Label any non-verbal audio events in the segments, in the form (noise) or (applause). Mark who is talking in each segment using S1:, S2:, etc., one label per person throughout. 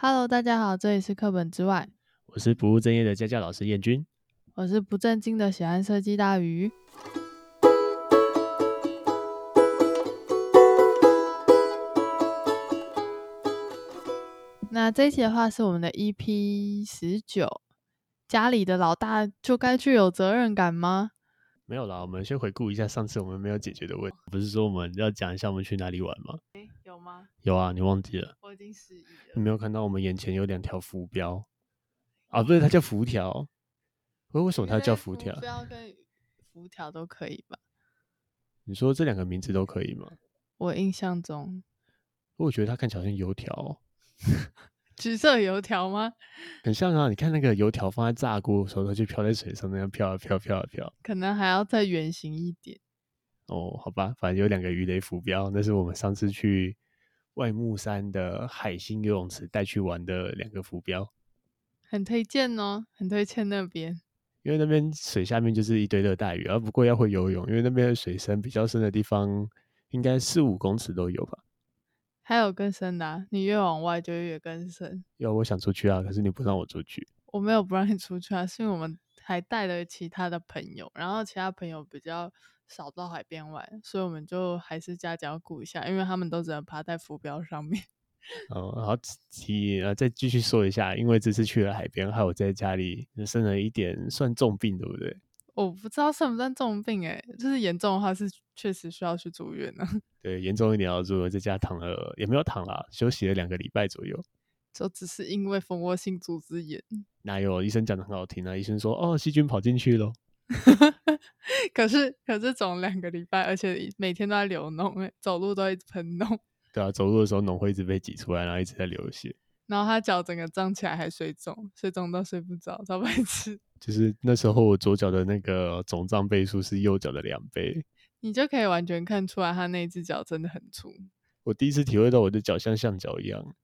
S1: Hello，大家好，这里是课本之外，
S2: 我是不务正业的家教老师燕君。
S1: 我是不正经的喜欢设计大鱼。那这一期的话是我们的 EP 十九，家里的老大就该具有责任感吗？
S2: 没有啦，我们先回顾一下上次我们没有解决的问题。不是说我们要讲一下我们去哪里玩吗？
S1: 有吗？
S2: 有啊，你忘记了？
S1: 我已经失忆
S2: 你没有看到我们眼前有两条浮标啊？不是，它叫浮条。为为什么它叫浮条？
S1: 不要跟浮条都可以吧？
S2: 你说这两个名字都可以吗？
S1: 我印象中，
S2: 我觉得它看起来好像油条、哦，
S1: 橘色油条吗？
S2: 很像啊。你看那个油条放在炸锅的时候，它就飘在水上那样飘啊飘啊飘啊飘。
S1: 可能还要再圆形一点。
S2: 哦，好吧，反正有两个鱼雷浮标，那是我们上次去外木山的海星游泳池带去玩的两个浮标。
S1: 很推荐哦，很推荐那边。
S2: 因为那边水下面就是一堆热带鱼，而、不过要会游泳，因为那边的水深比较深的地方应该四五公尺都有吧。
S1: 还有更深的啊、你越往外就越更深。
S2: 要我想出去啊，可是你不让我出去。
S1: 我没有不让你出去啊，是因为我们还带了其他的朋友，然后其他朋友比较少到海边玩，所以我们就还是家教顾一下，因为他们都只能爬在浮标上面。
S2: 哦，然后提呃再继续说一下，因为这次去了海边，害我在家里生了一点算重病，对不对？
S1: 我不知道算不算重病诶、就是严重的话是确实需要去住院啊呢、
S2: 对，严重一点要住了，在家躺了也没有躺啦，休息了两个礼拜左右。
S1: (laughs) 就只是因为蜂窝性组织炎。 (laughs)
S2: 哪有医生讲的很好听啊？医生说哦，细菌跑进去咯。
S1: 可是可是肿两个礼拜，而且每天都在流脓、欸，走路都会喷脓，
S2: 对啊，走路的时候脓会一直被挤出来，然后一直在流血。
S1: 然后他脚整个胀起来还水肿，水肿到睡不着，超 (laughs) 白痴。
S2: 就是那时候我左脚的那个肿胀倍数是右脚的两倍。
S1: 你就可以完全看出来他那只脚真的很粗，
S2: 我第一次体会到我的脚像象脚一样。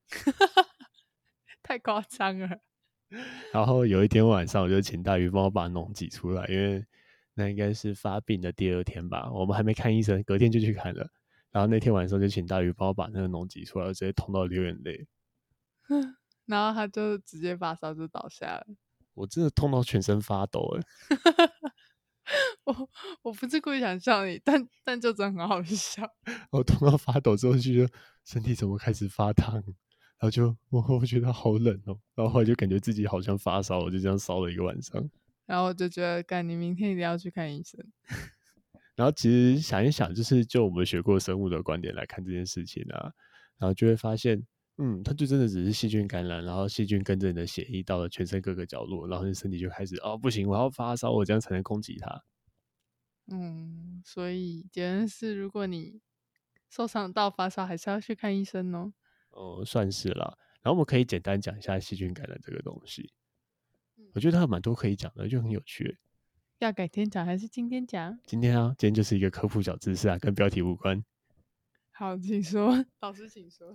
S1: 太夸张了。 (laughs)
S2: 然后有一天晚上，我就请大鱼帮我把脓挤出来，因为那应该是发病的第二天吧，我们还没看医生，隔天就去看了。然后那天晚上就请大鱼帮我把那个脓挤出来，我直接痛到流眼泪，
S1: 然后他就直接发烧就倒下了。 (laughs)
S2: 我真的痛到全身发抖哎。
S1: 我我不是故意想笑你，但但就真的很好笑。 (laughs)
S2: 我痛到发抖之后，就觉得身体怎么开始发烫，然后就我我觉得好冷哦，然后后来就感觉自己好像发烧，我就这样烧了一个晚上。
S1: 然后我就觉得，干你明天一定要去看医生。
S2: 然后其实想一想，就是就我们学过生物的观点来看这件事情啊，然后就会发现，嗯，它就真的只是细菌感染，然后细菌跟着你的血液到了全身各个角落，然后你身体就开始哦不行，我要发烧，我这样才能攻击它。
S1: 嗯，所以结论是，如果你受伤到发烧，还是要去看医生哦。
S2: 哦、算是啦。然后我们可以简单讲一下细菌感染这个东西，我觉得它有蛮多可以讲的，就很有趣欸。
S1: 要改天讲还是今天讲？ (laughs)
S2: 今天啊，今天就是一个科普小知识啊，跟标题无关。
S1: 好，请说，老师请说。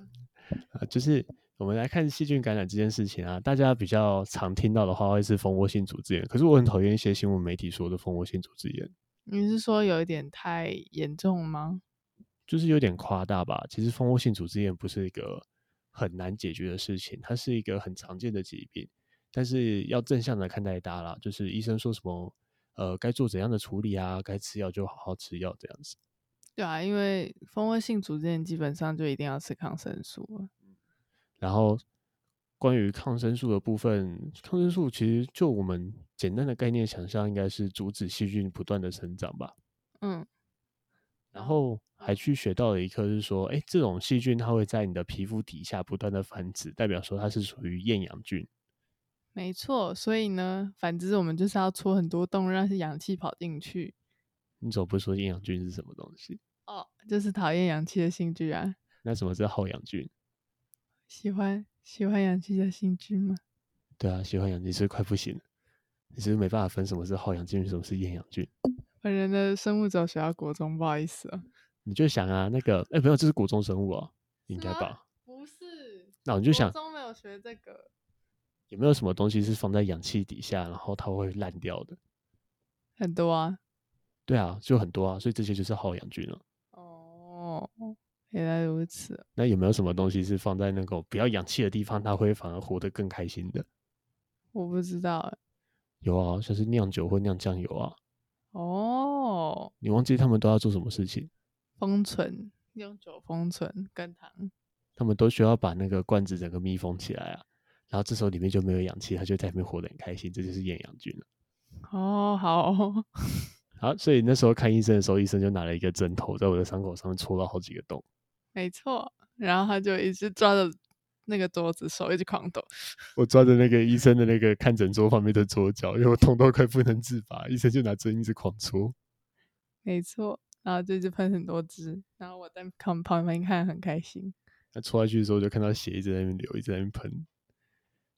S2: 啊，就是我们来看细菌感染这件事情啊，大家比较常听到的话会是蜂窝性组织炎，可是我很讨厌一些新闻媒体说的蜂窝性组织炎，
S1: 你是说有一点太严重吗？
S2: 就是有点夸大吧。其实蜂窝性组织炎不是一个很难解决的事情，它是一个很常见的疾病，但是要正向的看待它啦，就是医生说什么，呃，该做怎样的处理啊，该吃药就好好吃药这样子。
S1: 对啊，因为蜂窝性组织炎基本上就一定要吃抗生素了。
S2: 然后关于抗生素的部分，抗生素其实就我们简单的概念想象，应该是阻止细菌不断的生长吧。
S1: 嗯，哦
S2: 然后还去学到了一课，是说，哎，这种细菌它会在你的皮肤底下不断的繁殖，代表说它是属于厌氧菌。
S1: 没错。所以呢，反之我们就是要戳很多洞，让氧气跑进去。
S2: 你怎么不说厌氧菌是什么东西？
S1: 哦，就是讨厌氧气的性质啊。
S2: 那什么是好氧菌？
S1: 喜欢喜欢氧气的性质吗？
S2: 对啊，喜欢氧菌是不是快不行了，你是不是没办法分什么是好氧菌，什么是厌氧菌？
S1: 本人的生物只有学到国中，不好意思哦。
S2: 你就想啊，那个，哎，没有，这是古中生物啊，应
S1: 是
S2: 该
S1: 吗
S2: 吧？
S1: (laughs) 不是，
S2: 那我就想，
S1: 中没有学这个，
S2: 有没有什么东西是放在氧气底下，然后它会烂掉的？
S1: 很多啊。
S2: 对啊，就很多啊，所以这些就是好氧菌了。
S1: 哦，原来如此。
S2: 那有没有什么东西是放在那种比较氧气的地方，它会反而活得更开心的？
S1: 我不知道欸
S2: 有啊，像是酿酒或酿酱油啊，
S1: 哦，
S2: 你忘记他们都要做什么事情？
S1: 封存用酒封存跟糖，
S2: 他们都需要把那个罐子整个密封起来啊，然后这时候里面就没有氧气，它就在里面活得很开心，这就是厌氧菌了。
S1: 哦，好哦
S2: 好，所以那时候看医生的时候，医生就拿了一个针头在我的伤口上面戳了好几个洞，
S1: 没错。然后他就一直抓着那个桌子，手一直狂抖。
S2: 我抓着那个医生的那个看诊桌旁边的桌角，因为我痛到快不能自拔，医生就拿针一直狂戳。
S1: 没错，然后就一直喷很多汁，然后我在旁旁边看很开心。
S2: 那戳下去的时候，我就看到血一直在那边流，一直在那边喷。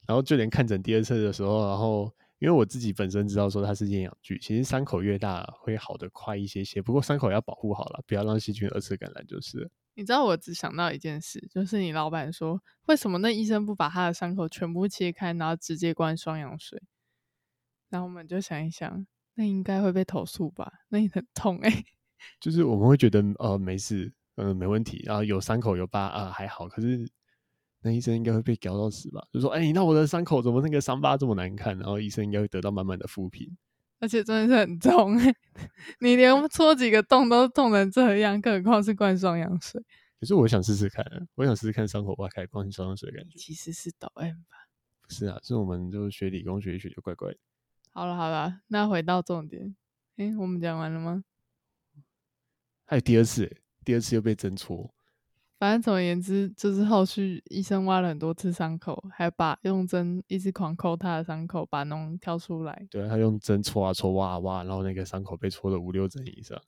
S2: 然后就连看诊第二次的时候，然后因为我自己本身知道说它是厌氧菌，其实伤口越大会好的快一些些，不过伤口要保护好了，不要让细菌二次感染就是了。
S1: 你知道我只想到一件事，就是你老板说，为什么那医生不把他的伤口全部切开，然后直接灌双氧水？然后我们就想一想，那应该会被投诉吧？那也很痛哎、
S2: 就是我们会觉得呃没事，呃没问题，然后有伤口有疤啊、还好，可是那医生应该会被屌到死吧？就说哎、那我的伤口怎么那个伤疤这么难看？然后医生应该会得到满满的负评。
S1: 而且真的是很痛哎、 (laughs) 你连戳几个洞都痛成这样，更何况是灌双氧水？
S2: 可是我想试试看啊，我想试试看伤口挖开灌双氧水的感觉。
S1: 其实是抖 M 吧。
S2: 不是啊，是我们就学理工学一学就怪怪的。
S1: 好了好了，那回到重点，哎、我们讲完了吗？
S2: 还有第二次欸，第二次又被针戳，
S1: 反正总而言之，就是后续医生挖了很多次伤口，还把用针一直狂抠他的伤口，把脓挑出来。
S2: 对啊，他用针戳啊戳哇啊哇，然后那个伤口被戳了五六针以上，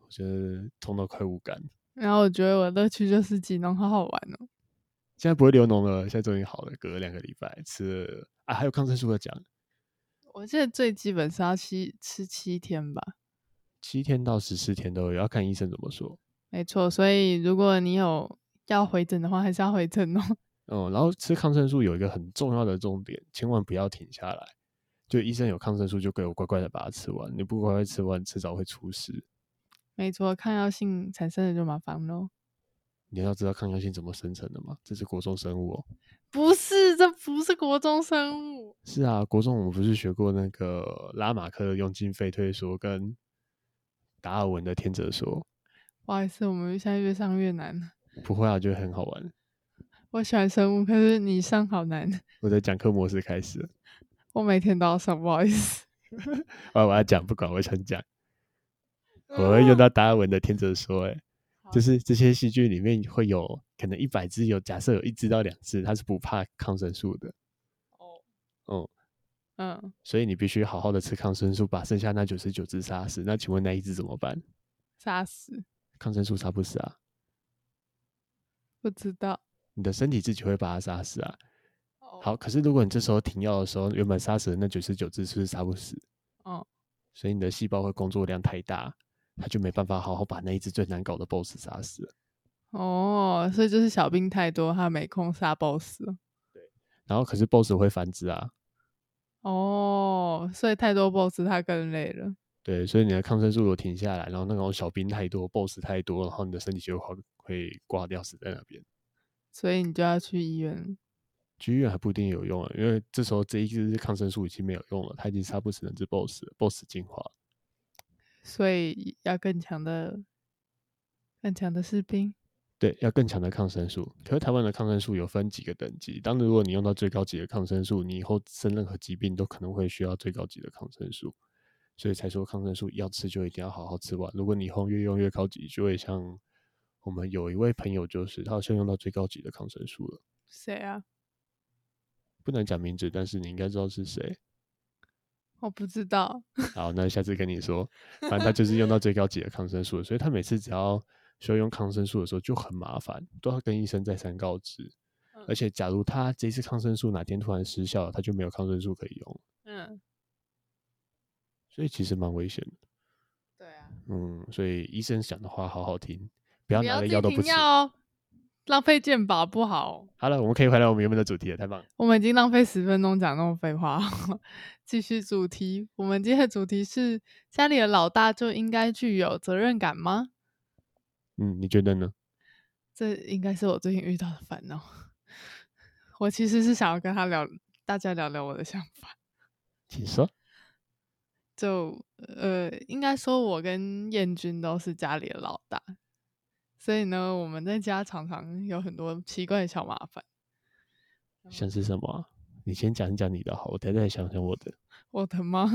S2: 我觉得痛到快无感。
S1: 然后我觉得我的乐趣就是挤脓，好好玩哦。
S2: 现在不会流脓了，现在终于好了，隔了两个礼拜吃了啊，还有抗生素要讲，
S1: 我记得最基本是要七吃七天吧，
S2: 七天到十四天都有，要看医生怎么说。
S1: 没错。所以如果你有要回诊的话，还是要回诊哦。
S2: 嗯，然后吃抗生素有一个很重要的重点，千万不要停下来。就医生有抗生素，就给我乖乖的把它吃完，你不乖乖吃完，迟早会出事。
S1: 没错，抗药性产生的就麻烦喽。
S2: 你要知道抗药性怎么生成的嘛，这是国中生物哦。
S1: 不是，这不是国中生物。
S2: 是啊，国中我们不是学过那个拉马克的用进废退说跟达尔文的天择说？
S1: 不好意思，我们现在越上越难了。
S2: 不会啊，觉得很好玩。
S1: 我喜欢生物，可是你上好难，
S2: 我在讲课模式开始了，哦
S1: 我每天都要上，不好意思。
S2: 啊，我要讲，不管我想讲，我会
S1: 嗯
S2: 用到达尔文的天择说、欸，
S1: 好
S2: 就是这些细菌里面会有可能一百只有，假设有一只到两只，它是不怕抗生素的，
S1: 哦，
S2: 嗯，
S1: 嗯，
S2: 所以你必须好好的吃抗生素，把剩下那九十九只杀死。那请问那一只怎么办？
S1: 杀死
S2: 抗生素杀不死啊？
S1: 不知道。
S2: 你的身体自己会把它杀死啊。
S1: 哦
S2: 好，，可是如果你这时候停药的时候，原本杀死的那九十九只是不是杀不死？
S1: 哦，
S2: 所以你的细胞会工作量太大，它就没办法好好把那一只最难搞的 BOSS 杀死了。
S1: 哦，所以就是小兵太多，他没空杀 BOSS 了。
S2: 然后可是 BOSS 会繁殖啊，
S1: 哦，所以太多 BOSS 他更累了。
S2: 对，所以你的抗生素有停下来，然后那种小兵太多，BOSS 太多，然后你的身体就会会挂掉，死在那边。
S1: 所以你就要去医院。
S2: 去医院还不一定有用啊，因为这时候这一支抗生素已经没有用了，它已经杀不死那只 BOSS，BOSS 了 BOSS 进化了。
S1: 所以要更强的、更强的士兵。
S2: 对，要更强的抗生素。可是台湾的抗生素有分几个等级，当然如果你用到最高级的抗生素，你以后生任何疾病都可能会需要最高级的抗生素，所以才说抗生素要吃就一定要好好吃完。如果你以后越用越高级，就会像我们有一位朋友就是他好像用到最高级的抗生素了，
S1: 谁啊？
S2: 不能讲名字，但是你应该知道是谁。
S1: 我不知道。
S2: 好，那下次跟你说，反正他就是用到最高级的抗生素了，所以他每次只要需要用抗生素的时候就很麻烦，都要跟医生再三告知。
S1: 嗯
S2: 而且，假如他这次抗生素哪天突然失效了，他就没有抗生素可以用了，
S1: 嗯，
S2: 所以其实蛮危险的。
S1: 对啊，
S2: 嗯，所以医生讲的话好好听，不要
S1: 不
S2: 拿
S1: 要
S2: 了
S1: 自
S2: 药
S1: 己
S2: 都不
S1: 停
S2: 吃。
S1: 药哦，浪费健保不好哦。
S2: 好了，我们可以回来我们原本的主题了，太棒了！
S1: 我们已经浪费十分钟讲那种废话了，继续主题。我们今天的主题是：家里的老大就应该具有责任感吗？
S2: 嗯，你觉得呢？
S1: 这应该是我最近遇到的烦恼。 (laughs) 我其实是想要跟他聊，大家聊聊我的想法。
S2: 请说。
S1: 就呃，应该说我跟燕君都是家里的老大，所以呢，我们在家常常有很多奇怪的小麻烦。
S2: 像是什么啊？你先讲一讲你的好，我等下再想想我的。
S1: 我的妈！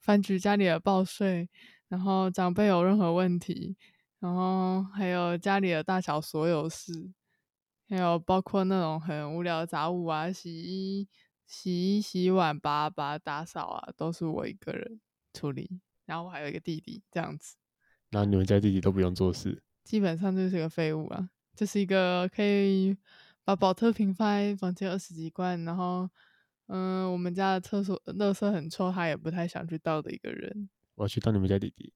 S1: 翻举家里的报税，然后长辈有任何问题，然后还有家里的大小所有事，还有包括那种很无聊的杂物啊，洗衣、洗衣、洗碗、把把打扫啊，都是我一个人处理。然后我还有一个弟弟，这样子，
S2: 然后你们家弟弟都不用做事，
S1: 基本上就是个废物啊，就是一个可以把保特瓶放在房间二十几罐，然后。嗯，我们家的厕所垃圾很臭，他也不太想去倒的一个人，
S2: 我要去当你们家弟 (laughs) 弟。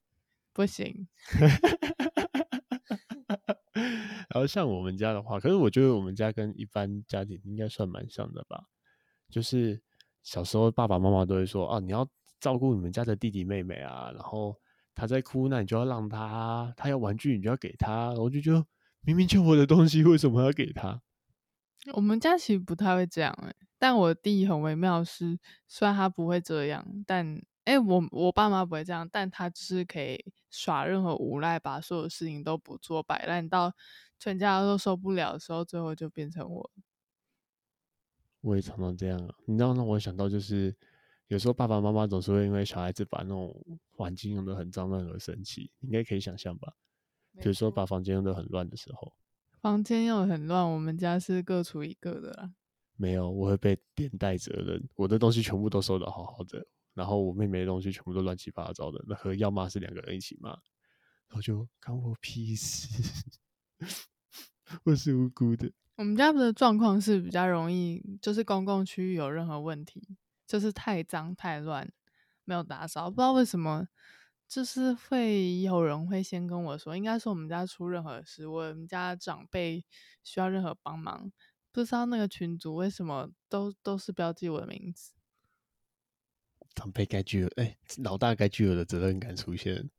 S1: 不行。
S2: 然后像我们家的话，可是我觉得我们家跟一般家庭应该算蛮像的吧。就是小时候爸爸妈妈都会说啊，你要照顾你们家的弟弟妹妹啊，然后他在哭，那你就要让他啊，他要玩具你就要给他。然后我就觉得明明就我的东西，为什么要给他？
S1: 我们家其实不太会这样哎、但我弟很微妙的是，虽然他不会这样，但哎、我我爸妈不会这样，但他就是可以耍任何无赖，把所有事情都不做，摆烂到全家都受不了的时候，最后就变成我。
S2: 我也常常这样啊。你知道让我想到就是，有时候爸爸妈妈总是会因为小孩子把那种环境用得很脏乱而生气，你应该可以想象吧？比如说把房间用得很乱的时候，
S1: 房间又很乱，我们家是各处一个的啦。
S2: 没有，我会被连带责任，我的东西全部都收的好好的，然后我妹妹的东西全部都乱七八糟的，那和要骂是两个人一起骂，然后就干我屁事，我是无辜的。
S1: 我们家的状况是比较容易，就是公共区域有任何问题，就是太脏太乱，没有打扫，不知道为什么，就是会有人会先跟我说，应该说我们家出任何事，我们家长辈需要任何帮忙，不知道那个群主为什么都都是标记我的名字，
S2: 长辈该具有，哎、老大该具有的责任感出现。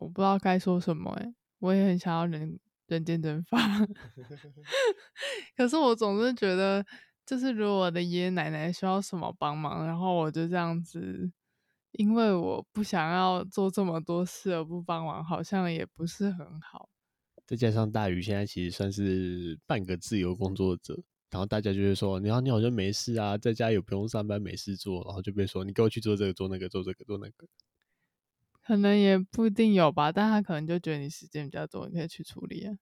S1: 我不知道该说什么诶、我也很想要人人间蒸发， (laughs) 可是我总是觉得，就是如果我的爷爷奶奶需要什么帮忙，然后我就这样子，因为我不想要做这么多事而不帮忙，好像也不是很好。
S2: 再加上大鱼现在其实算是半个自由工作者，然后大家就会说，你好，你好像没事啊，在家也不用上班，没事做，然后就被说你给我去做这个，做那个，做这个，做那个。
S1: 可能也不一定有吧，但他可能就觉得你时间比较多，你可以去处理啊，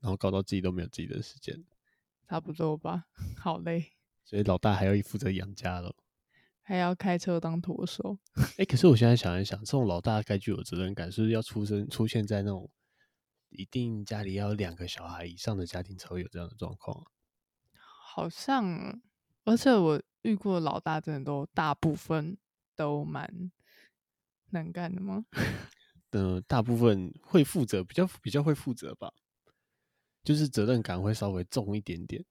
S2: 然后搞到自己都没有自己的时间，
S1: 差不多吧。 (laughs) 好累，
S2: 所以老大还要负责养家了。
S1: 还要开车当驼手，
S2: 哎、可是我现在想一想，这种老大该具有责任感，是不是要出生出现在那种一定家里要有两个小孩以上的家庭才会有这样的状况啊、
S1: 好像，而且我遇过的老大真的都大部分都蛮能干的吗？ (laughs)
S2: 呃，大部分会负责，比较比较会负责吧，就是责任感会稍微重一点点，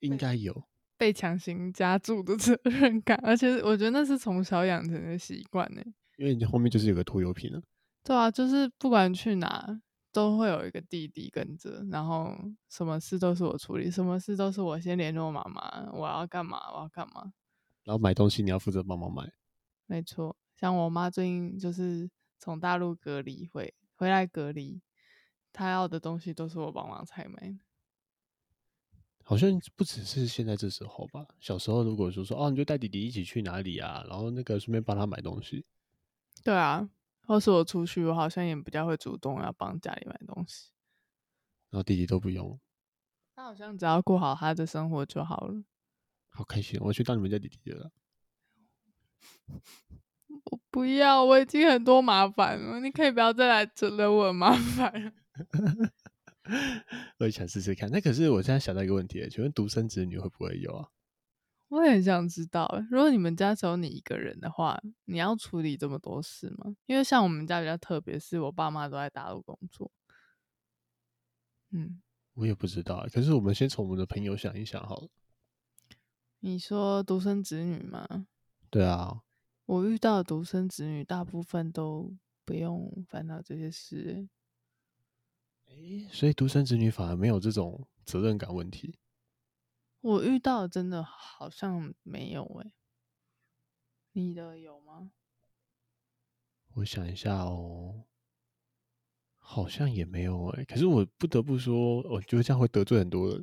S2: 应
S1: 对
S2: 该有。
S1: 被强行加注的 (laughs) 责任感，而且我觉得那是从小养成的习惯呢。
S2: 因为你后面就是有个拖油瓶了、
S1: 对啊，就是不管去哪都会有一个弟弟跟着，然后什么事都是我处理，什么事都是我先联络妈妈，我要干嘛，我要干嘛。
S2: 然后买东西你要负责帮忙买，
S1: 没错，像我妈最近就是从大陆隔离回回来隔离，她要的东西都是我帮忙采买的。
S2: 好像不只是现在这时候吧。小时候如果说说哦，你就带弟弟一起去哪里啊，然后那个顺便帮他买东西，
S1: 对啊，或是我出去，我好像也比较会主动要帮家里买东西。
S2: 然后弟弟都不用，
S1: 她好像只要过好她的生活就好了。
S2: 好开心哦，我去当你们家弟弟了。 (laughs)
S1: 我不要，我已经很多麻烦了，你可以不要再来惹惹我的麻烦了。
S2: 我也想试试看，那可是我现在想到一个问题，请问独生子女会不会有啊？
S1: 我也很想知道，欸如果你们家只有你一个人的话，你要处理这么多事吗？因为像我们家比较特别，是我爸妈都在大陆工作。嗯，
S2: 我也不知道，欸可是我们先从我们的朋友想一想好了。
S1: 你说独生子女吗？
S2: 对啊，
S1: 我遇到的独生子女大部分都不用烦恼这些事欸，
S2: 哎、诶，所以独生子女反而没有这种责任感问题。
S1: 我遇到的真的好像没有诶、你的有吗？
S2: 我想一下哦，好像也没有哎、可是我不得不说，我觉得这样会得罪很多人。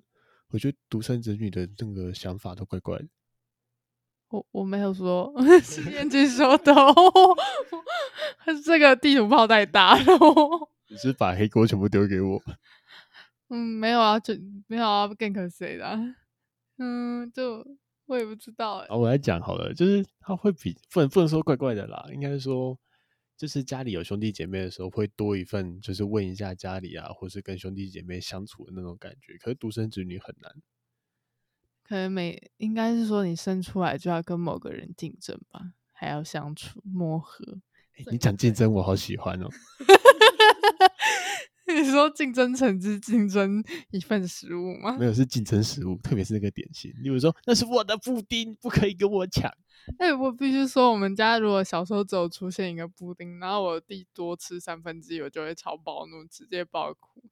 S2: 我觉得独生子女的那个想法都怪怪的。
S1: 我我没有说 (laughs) 是燕君说的哦， (laughs) 这个地图炮太大了哦。
S2: 只是把黑锅全部丢给我。
S1: 嗯，没有啊，就没有啊，gank 谁的啊、嗯，就我也不知道欸诶、
S2: 啊，我来讲好了，就是他会比不能不能说怪怪的啦，应该说就是家里有兄弟姐妹的时候，会多一份就是问一下家里啊，或是跟兄弟姐妹相处的那种感觉。可是独生子女很难，
S1: 可能每应该是说你生出来就要跟某个人竞争吧，还要相处磨合。 (laughs)
S2: 诶
S1: 对
S2: 你讲竞争，我好喜欢哦。
S1: 你说竞争成之竞争一份食物吗
S2: 没？有是竞争食物，特别是那个点心。例如说，那是我的布丁，不可以跟我抢。
S1: (laughs)
S2: (laughs)
S1: 哎、我必须说，我们家如果小时候只有出现一个布丁，然后我弟多吃三分之一，我就会超暴怒，直接爆哭。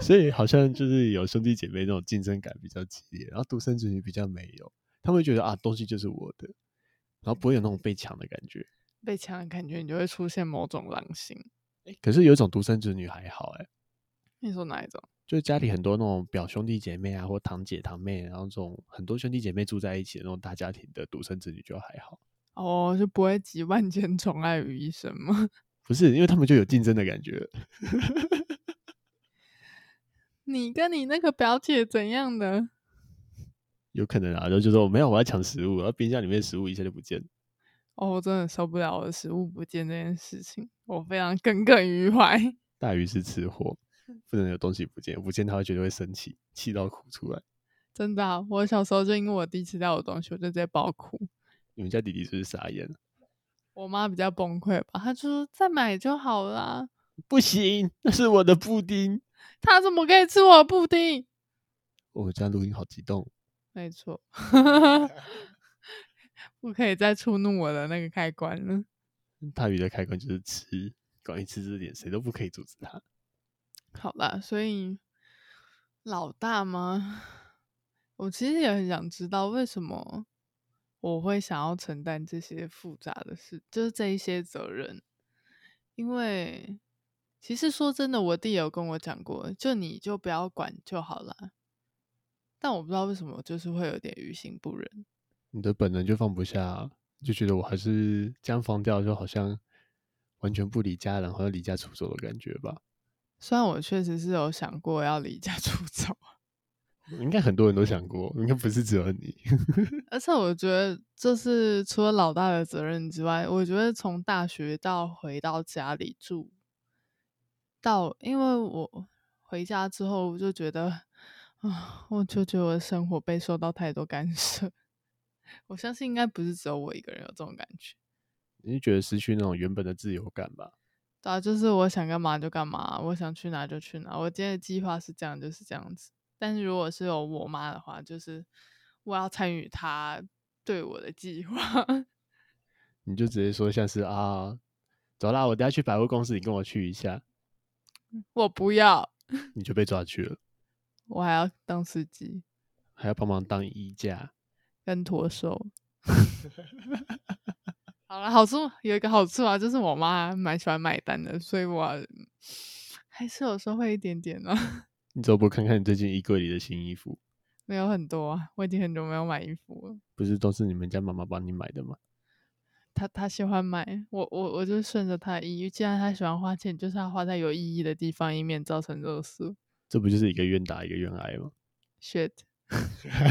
S2: 所以好像就是有兄弟姐妹那种竞争感比较激烈，然后独生子女比较没有，他们会觉得啊，东西就是我的，然后不会有那种被抢的感觉。
S1: 被抢的感觉，你就会出现某种狼性。
S2: 诶可是有一种独生子女还好、诶欸
S1: 你说哪一种？
S2: 就是家里很多那种表兄弟姐妹啊，或堂姐堂妹，然后这种很多兄弟姐妹住在一起的那种大家庭的独生子女就还好，
S1: 哦，就不会集 (laughs) 万千宠爱于一身吗？
S2: 不是因为他们就有竞争的感觉了。
S1: 你跟你那个表姐怎样的？
S2: 有可能啊，然后就说我没有，我要抢食物，然后冰箱里面食物一下就不见了。
S1: 哦，我真的受不了我的食物不见这件事情，我非常耿耿于怀。 (laughs)
S2: 大鱼是吃货，不能有东西不见，不见他会觉得会生气，气到哭出来。
S1: 真的啊、我小时候就因为我弟吃掉我东西，我就直接爆哭。
S2: 你们家弟弟是不是傻眼？
S1: 我妈比较崩溃吧，她就说再买就好啦。
S2: 不行，那是我的布丁。
S1: 她怎么可以吃我的布丁？
S2: 哦我这样录音好激动，
S1: 没错， (laughs) 不可以再触怒我的那个开关了。
S2: 大鱼的开关就是吃，关于吃这点，谁都不可以阻止他。
S1: 好啦，所以老大吗？我其实也很想知道为什么我会想要承担这些复杂的事，就是这一些责任。因为其实说真的，我弟有跟我讲过，就你就不要管就好啦。但我不知道为什么，就是会有点于心不忍。
S2: 你的本能就放不下，啊就觉得我还是这样放掉，就好像完全不理家人，好像离家出走的感觉吧。
S1: 虽然我确实是有想过要离家出走，
S2: 应该很多人都想过，应该不是只有你。 (laughs)
S1: 而且我觉得，就是除了老大的责任之外，我觉得从大学到回到家里住，到因为我回家之后，我就觉得啊，我就觉得我的生活被受到太多干涉。 (laughs) 我相信应该不是只有我一个人有这种感觉，
S2: 你是觉得失去那种原本的自由感吧？
S1: 对啊，就是我想干嘛就干嘛，我想去哪就去哪。我今天的计划是这样，就是这样子。但是如果是有我妈的话，就是我要参与她对我的计划。
S2: 你就直接说像是啊，走啦，我等下去百货公司，你跟我去一下，
S1: 我不要，
S2: 你就被抓去了，
S1: 我还要当司机
S2: 还要帮忙当衣架。
S1: 跟驼兽。好了，好处有一个好处啊，就是我妈蛮喜欢买单的，所以我还是有时候会一点啊点呢、
S2: 你走不看看你最近衣柜里的新衣服，
S1: (laughs) 没有很多啊。我已经很久没有买衣服了。
S2: 不是都是你们家妈妈帮你买的吗？
S1: 她她喜欢买，我我我就顺着她的意，既然她喜欢花钱，就是要花在有意义的地方，以免造成热死。
S2: 这不就是一个愿打一个愿挨吗？
S1: shit，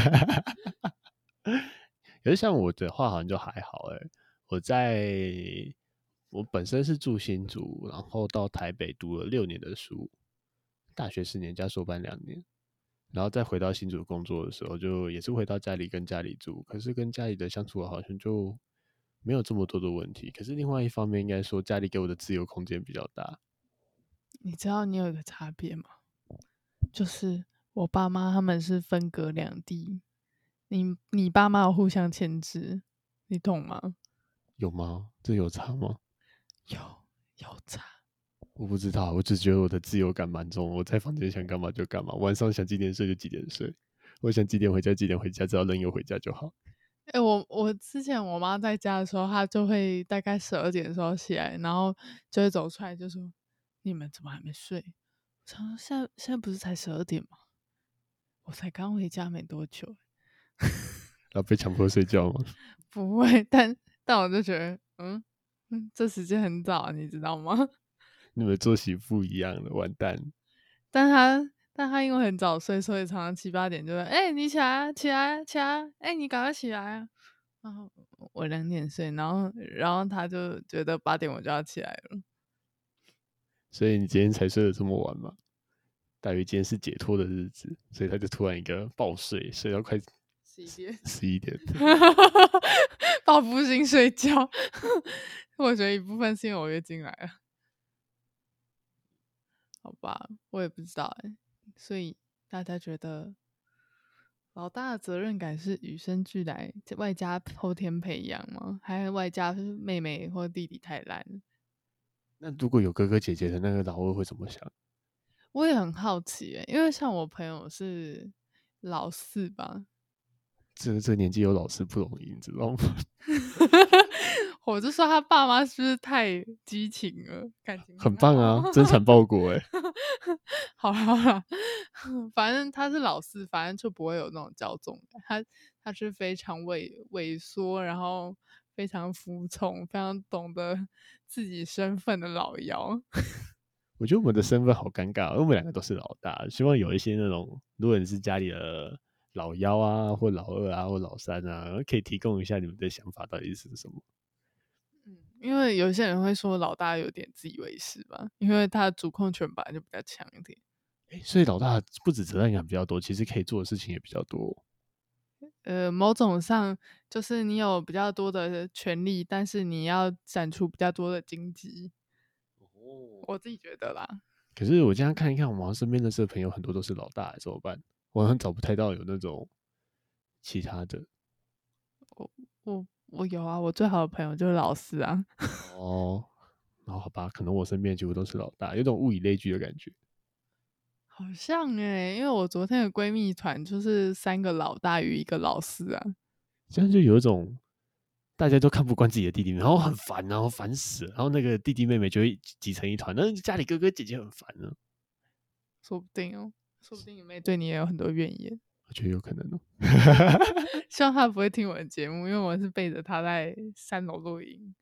S2: (laughs) 可是像我的话，好像就还好哎、我在我本身是住新竹，然后到台北读了六年的书，大学四年加硕班两年，然后再回到新竹工作的时候，就也是回到家里跟家里住，可是跟家里的相处好像就没有这么多的问题。可是另外一方面，应该说家里给我的自由空间比较大。
S1: 你知道你有一个差别吗？就是我爸妈他们是分隔两地，你你爸妈有互相牵制，你懂吗？
S2: 有吗？这有差吗？
S1: 有有差，
S2: 我不知道，我只觉得我的自由感蛮重，我在房间想干嘛就干嘛，晚上想几点睡就几点睡，我想几点回家几点回家，只要人有回家就好。
S1: 哎、我我之前我妈在家的时候，她就会大概十二点的时候起来，然后就会走出来就说：“你们怎么还没睡？”我想说现在现在不是才十二点吗？我才刚回家没多久，
S2: 然后被强迫睡觉嘛，
S1: 不会，但但我就觉得，嗯嗯，这时间很早，你知道吗？
S2: 你们作息不一样了，完蛋！
S1: 但她但她因为很早睡，所以常常七八点就会：“哎、你起来啊，起来啊，起来啊！哎、你赶快起来啊！”然后我两点睡，然后然后她就觉得八点我就要起来了。
S2: 所以你今天才睡得这么晚嘛？大鱼今天是解脱的日子，所以他就突然一个暴睡，睡到快 (laughs)
S1: 十一点，
S2: 十一点。
S1: (laughs) 报复性睡觉。 (laughs) 我觉得一部分是因为我月经来了，好吧，我也不知道哎、所以大家觉得老大的责任感是与生俱来，外加后天培养吗？还是外加是妹妹或弟弟太烂？
S2: (laughs) 那如果有哥哥姐姐的那个老二会怎么想？
S1: 我也很好奇哎、因为像我朋友是老四吧， (laughs)
S2: 这个这个年纪有老师不容易，你知道吗？ (laughs)
S1: 我就说他爸妈是不是太激情了？感情
S2: 很棒啊，真
S1: 好
S2: 产报国哎、
S1: (laughs) 好啦好啦，反正他是老四，反正就不会有那种骄纵感。他他是非常畏萎缩，然后非常服从，非常懂得 (laughs) 自己身份的老幺。
S2: 我觉得我们的身份好尴尬，哦因为我们两个都是老大。希望有一些那种，如果你是家里的老幺啊，或老二啊，或老三啊，可以提供一下你们的想法到底是什么。
S1: 嗯，因为有些人会说老大有点自以为是吧，因为他的主控权本来就比较强一点。
S2: 哎，所以老大不止责任感比较多，其实可以做的事情也比较多哦。
S1: 呃，某种上就是你有比较多的权利，但是你要展出比较多的经济。我自己觉得啦，
S2: 可是我这样看一看，我好像身边认识的朋友很多都是老大，怎么办？我好像找不太到有那种其他的
S1: 我我有啊，我最好的朋友就是老四啊。 (laughs)
S2: 哦。然后好吧，可能我身边几乎都是老大，有种物以类聚的感觉。
S1: 好像诶、因为我昨天的闺蜜团就是三个老大与一个老四啊，
S2: 这样就有一种大家都看不惯自己的弟弟妹，然后很烦，啊然后烦死了，然后那个弟弟妹妹就会挤成一团，那家里哥哥姐姐很烦啊，
S1: 说不定哦，说不定你妹对你也有很多怨言。 (laughs)
S2: 我觉得有可能哦。
S1: 希望她不会听我的节目，因为我是背着她在三楼录音，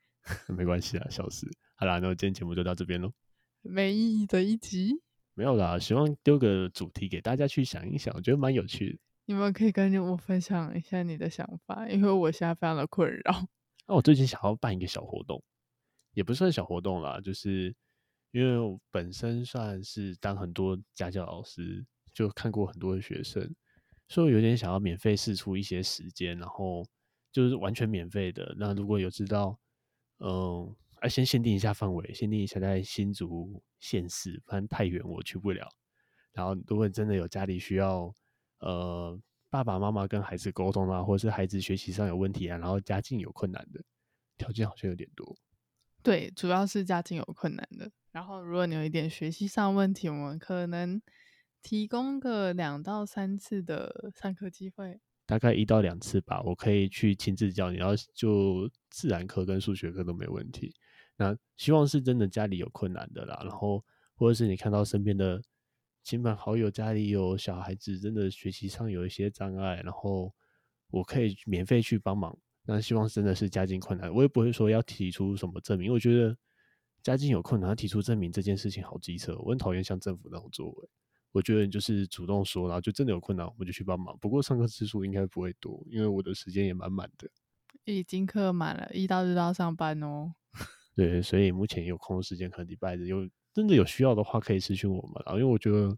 S2: 没关系啊，小事。好啦，那我今天节目就到这边喽。
S1: 没意义的一集。
S2: 没有啦，希望丢个主题给大家去想一想，我觉得蛮有趣的。
S1: 你们可以跟我分享一下你的想法，因为我现在非常的困扰。
S2: 那我最近想要办一个小活动，也不算小活动啦，就是因为我本身算是当很多家教老师，就看过很多的学生，所以我有点想要免费试出一些时间，然后就是完全免费的。那如果有知道，嗯，啊，先限定一下范围，限定一下在新竹县市，反正太远我去不了。然后，如果真的有家里需要，呃，爸爸妈妈跟孩子沟通啊，或是孩子学习上有问题啊，然后家境有困难的，条件好像有点多。
S1: 对，主要是家境有困难的。然后，如果你有一点学习上问题，我们可能提供个两到三次的上课机会。
S2: 大概一到两次吧，我可以去亲自教你，然后就自然科跟数学科都没问题。那希望是真的家里有困难的啦，然后或者是你看到身边的亲朋好友家里有小孩子，真的学习上有一些障碍，然后我可以免费去帮忙。那希望真的是家境困难，我也不会说要提出什么证明，因为我觉得家境有困难要提出证明这件事情好机车，我很讨厌像政府那种作为。我觉得你就是主动说，然后就真的有困难，我们就去帮忙。不过上课次数应该不会多，因为我的时间也满满的。
S1: 已经课满了，一到日都要上班哦。
S2: 对，所以目前有空的时间，可能礼拜日有真的有需要的话，可以私讯我们。然后因为我觉得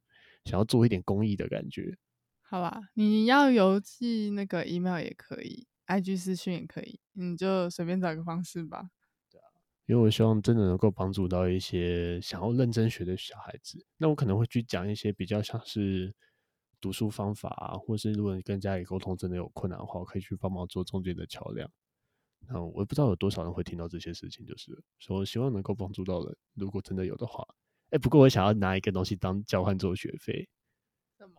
S2: 想要做一点公益的感觉，
S1: 好吧，你要邮寄那个 email 也可以，IG 私讯也可以，你就随便找个方式吧。
S2: 因为我希望真的能够帮助到一些想要认真学的小孩子。那我可能会去讲一些比较像是读书方法啊，或是如果你跟家里沟通真的有困难的话，我可以去帮忙做中间的桥梁。那我也不知道有多少人会听到这些事情，就是了，所以我希望能够帮助到人。如果真的有的话，哎，不过我想要拿一个东西当交换做学费，
S1: 什么？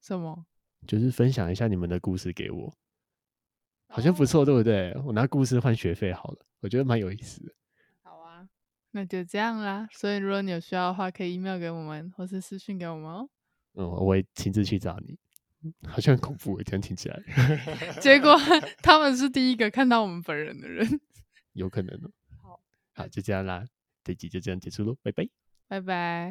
S1: 什么？
S2: 就是分享一下你们的故事给我，好像
S1: 哦
S2: 不错，对不对？我拿故事换学费好了，我觉得蛮有意思的。
S1: 好啊，那就这样啦。所以如果你有需要的话，可以 email 给我们，或是私讯给我们哦。
S2: 嗯，我会亲自去找你， (laughs) 好像很恐怖，欸这样听起来 (laughs)
S1: 结果 (laughs) 他们是第一个看到我们本人的人。
S2: 有可能哦。
S1: 好，
S2: 好，就这样啦，这集就这样结束喽，拜拜。
S1: 拜拜。